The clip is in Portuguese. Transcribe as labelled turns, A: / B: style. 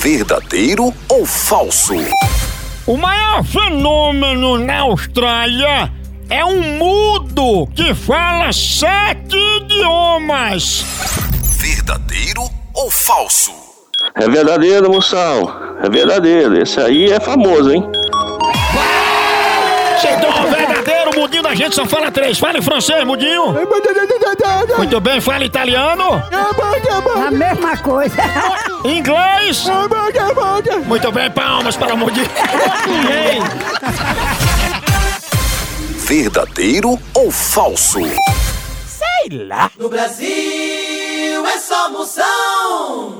A: verdadeiro ou falso?
B: O maior fenômeno na Austrália é um mudo que fala sete idiomas.
A: Verdadeiro ou falso?
C: É verdadeiro, moção. É verdadeiro. Esse aí é famoso, hein?
B: Vocês dão um verdadeiro, o mudinho da gente só fala três. Fale francês, mudinho. Muito bem, fala italiano.
D: A mesma coisa.
B: Inglês. Muito bem, palmas para o mudinho. Ei.
A: Verdadeiro ou falso?
E: No Brasil é só moção.